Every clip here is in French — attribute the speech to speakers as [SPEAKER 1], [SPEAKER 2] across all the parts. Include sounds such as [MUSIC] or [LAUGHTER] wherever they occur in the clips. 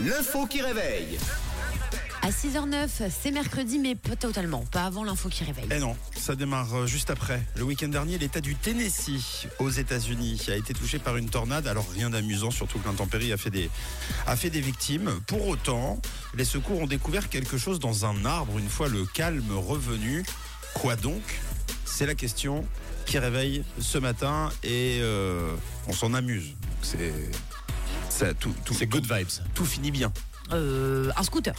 [SPEAKER 1] L'info qui réveille.
[SPEAKER 2] À 6h09, c'est mercredi, mais pas totalement, pas avant l'info qui réveille.
[SPEAKER 3] Eh non, ça démarre euh, juste après. Le week-end dernier, l'État du Tennessee aux États-Unis a été touché par une tornade. Alors rien d'amusant, surtout que l'intempérie a fait des a fait des victimes. Pour autant, les secours ont découvert quelque chose dans un arbre une fois le calme revenu. Quoi donc C'est la question qui réveille ce matin et euh, on s'en amuse. C'est ça tout tout
[SPEAKER 4] C'est good vibes.
[SPEAKER 3] tout finit bien.
[SPEAKER 2] Euh, un scooter.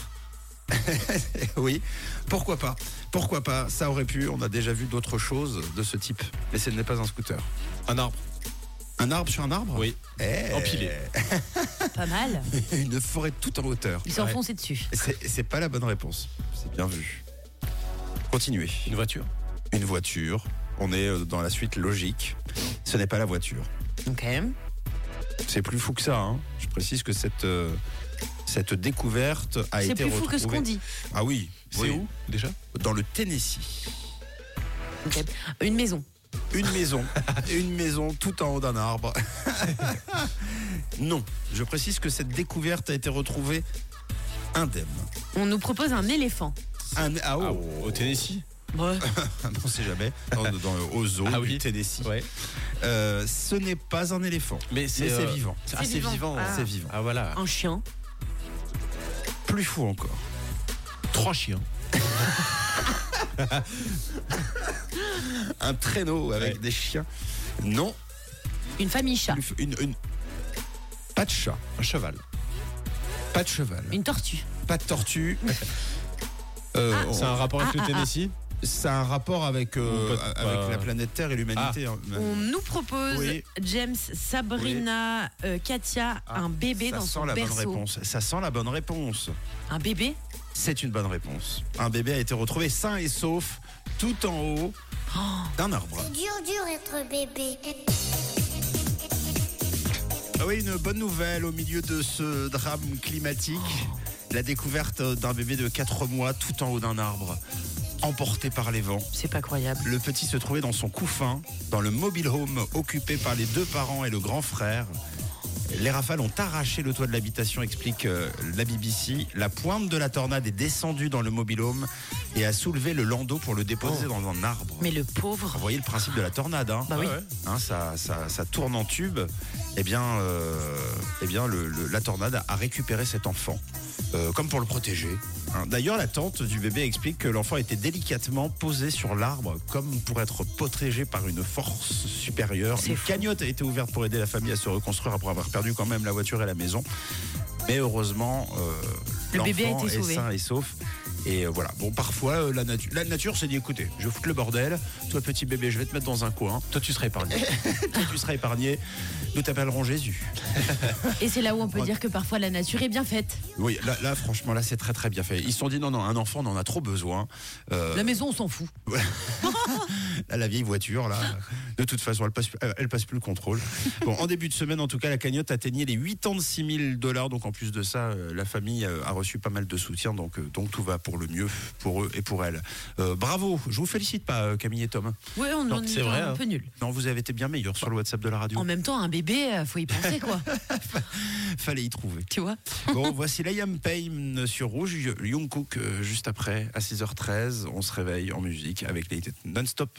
[SPEAKER 3] Oui, pourquoi pas Pourquoi pas Ça aurait pu, on a déjà vu d'autres choses de ce type. Mais ce n'est pas un scooter.
[SPEAKER 4] Un arbre.
[SPEAKER 3] Un arbre sur un arbre
[SPEAKER 4] Oui.
[SPEAKER 3] Eh,
[SPEAKER 4] Empilé.
[SPEAKER 2] Pas mal.
[SPEAKER 3] [LAUGHS] Une forêt toute en hauteur.
[SPEAKER 2] Ils s'enfonçaient dessus.
[SPEAKER 3] C'est c'est pas la bonne réponse. C'est bien vu. Continuez.
[SPEAKER 4] Une voiture.
[SPEAKER 3] Une voiture. On est euh, dans la suite logique. Ce n'est pas la voiture.
[SPEAKER 2] Ok.
[SPEAKER 3] C'est plus fou que ça. hein. Je précise que cette, euh, cette découverte a
[SPEAKER 2] C'est
[SPEAKER 3] été
[SPEAKER 2] plus fou que ce
[SPEAKER 3] retrouvée-
[SPEAKER 2] qu'on dit.
[SPEAKER 3] Ah oui.
[SPEAKER 4] C'est
[SPEAKER 3] oui.
[SPEAKER 4] où déjà
[SPEAKER 3] Dans le Tennessee.
[SPEAKER 2] Ok. Une maison.
[SPEAKER 3] Une maison. [LAUGHS] une maison tout en haut d'un arbre. [LAUGHS] non. Je précise que cette découverte a été retrouvée indemne.
[SPEAKER 2] On nous propose un éléphant.
[SPEAKER 3] Un, ah, oh. Ah,
[SPEAKER 4] Au Tennessee
[SPEAKER 3] [LAUGHS]
[SPEAKER 2] Ouais.
[SPEAKER 3] on sait jamais.
[SPEAKER 4] [LAUGHS]
[SPEAKER 3] Dans, dans, aux zoo
[SPEAKER 4] Ah
[SPEAKER 3] du
[SPEAKER 4] oui.
[SPEAKER 3] Tennessee.
[SPEAKER 4] Ouais.
[SPEAKER 3] Euh, ce n'est pas un éléphant.
[SPEAKER 4] Mais
[SPEAKER 3] Mais c'est
[SPEAKER 4] euh,
[SPEAKER 3] vivant.
[SPEAKER 4] Ah, c'est
[SPEAKER 2] vivant.
[SPEAKER 4] vivant.
[SPEAKER 2] Ah.
[SPEAKER 3] C'est vivant.
[SPEAKER 4] Ah voilà.
[SPEAKER 2] Un chien.
[SPEAKER 3] Plus fou encore.
[SPEAKER 4] Trois chiens.
[SPEAKER 3] Un traîneau avec
[SPEAKER 4] Ouais.
[SPEAKER 3] des chiens. Non.
[SPEAKER 2] Une famille
[SPEAKER 4] Ah.
[SPEAKER 2] chat.
[SPEAKER 3] plus fou- Une, une- Pas de chat.
[SPEAKER 4] Un cheval.
[SPEAKER 3] Pas de cheval.
[SPEAKER 2] Une tortue.
[SPEAKER 3] Pas de tortue.
[SPEAKER 4] Ah.
[SPEAKER 3] Euh, on-
[SPEAKER 4] C'est
[SPEAKER 3] ça,
[SPEAKER 4] un rapport avec
[SPEAKER 2] ah,
[SPEAKER 4] le
[SPEAKER 2] ah,
[SPEAKER 4] Tennessee
[SPEAKER 3] a un rapport avec, euh,
[SPEAKER 4] Ou pas-
[SPEAKER 3] avec
[SPEAKER 4] pas-
[SPEAKER 3] la planète Terre et l'humanité. hein, même.
[SPEAKER 2] On nous propose
[SPEAKER 3] Oui.
[SPEAKER 2] James, Sabrina, euh, Katia,
[SPEAKER 3] Ah,
[SPEAKER 2] un bébé
[SPEAKER 3] ça
[SPEAKER 2] dans
[SPEAKER 3] sent
[SPEAKER 2] son
[SPEAKER 3] la bonne
[SPEAKER 2] berceau.
[SPEAKER 3] réponse. Ça sent la bonne réponse.
[SPEAKER 2] Un bébé
[SPEAKER 3] C'est une bonne réponse. Un bébé a été retrouvé sain et sauf, tout en haut d'un arbre.
[SPEAKER 5] C'est dur, dur être bébé.
[SPEAKER 3] Ah oui, une bonne nouvelle au milieu de ce drame climatique. La découverte d'un bébé de 4 mois tout en haut d'un arbre, emporté par les vents.
[SPEAKER 2] C'est pas croyable.
[SPEAKER 3] Le petit se trouvait dans son couffin, dans le mobile home occupé par les deux parents et le grand frère. Les rafales ont arraché le toit de l'habitation, explique euh, la BBC. La pointe de la tornade est descendue dans le mobile home et a soulevé le landau pour le déposer dans un arbre.
[SPEAKER 2] Mais le pauvre.
[SPEAKER 3] [LAUGHS] Vous voyez le principe de la tornade, hein
[SPEAKER 2] Bah oui.
[SPEAKER 4] Ah ouais.
[SPEAKER 3] Hein, ça, ça- ça tourne en tube, eh bien, euh, eh bien le- le- la tornade a récupéré cet enfant, euh, comme pour le protéger. hein. D'ailleurs, la tante du bébé explique que l'enfant était délicatement posé sur l'arbre, comme pour être protégé par une force supérieure.
[SPEAKER 2] C'est
[SPEAKER 3] Une
[SPEAKER 2] fou.
[SPEAKER 3] cagnotte a été ouverte pour aider la famille à se reconstruire après avoir perdu quand même la voiture et la maison. Mais heureusement, euh,
[SPEAKER 2] Le bébé a
[SPEAKER 3] l'enfant
[SPEAKER 2] été
[SPEAKER 3] est
[SPEAKER 2] sauvé.
[SPEAKER 3] sain et sauf. Et euh, voilà, bon parfois euh, la nature, la nature s'est dit écoutez, je fous le bordel, toi petit bébé, je vais te mettre dans un coin,
[SPEAKER 4] Toi, tu serais
[SPEAKER 2] [LAUGHS]
[SPEAKER 4] épargné.
[SPEAKER 3] toi tu seras épargné, nous t'appellerons Jésus.
[SPEAKER 2] Et c'est là où on peut dire que parfois la nature est bien faite.
[SPEAKER 3] Oui, là, là, franchement, là c'est très très bien fait. Ils se sont dit non, non, un enfant on en a trop besoin. Euh,
[SPEAKER 2] La maison, on s'en fout.
[SPEAKER 3] là, la vieille voiture, là, de toute façon, elle passe, euh, elle passe plus le contrôle. Bon, en début de semaine, en tout cas, la cagnotte atteignait les 86 000 dollars. Donc en plus de ça, euh, la famille euh, a reçu pas mal de soutien. Donc, euh, donc tout va pour le mieux pour eux et pour elle. Euh, bravo, je vous félicite pas, euh, Camille et Tom.
[SPEAKER 2] Ouais, on,
[SPEAKER 4] Non,
[SPEAKER 2] on est
[SPEAKER 4] c'est vrai,
[SPEAKER 2] un
[SPEAKER 4] hein.
[SPEAKER 2] peu nul.
[SPEAKER 3] Non, vous avez été bien meilleurs sur le WhatsApp de la radio.
[SPEAKER 2] En même temps, un bébé, euh, faut y penser quoi. [LAUGHS]
[SPEAKER 3] Fallait y trouver.
[SPEAKER 2] tu vois
[SPEAKER 3] Bon, voici Liam Payne sur Rouge, euh, Young Cook juste après, à 6h13. On se réveille en musique avec les non-stop.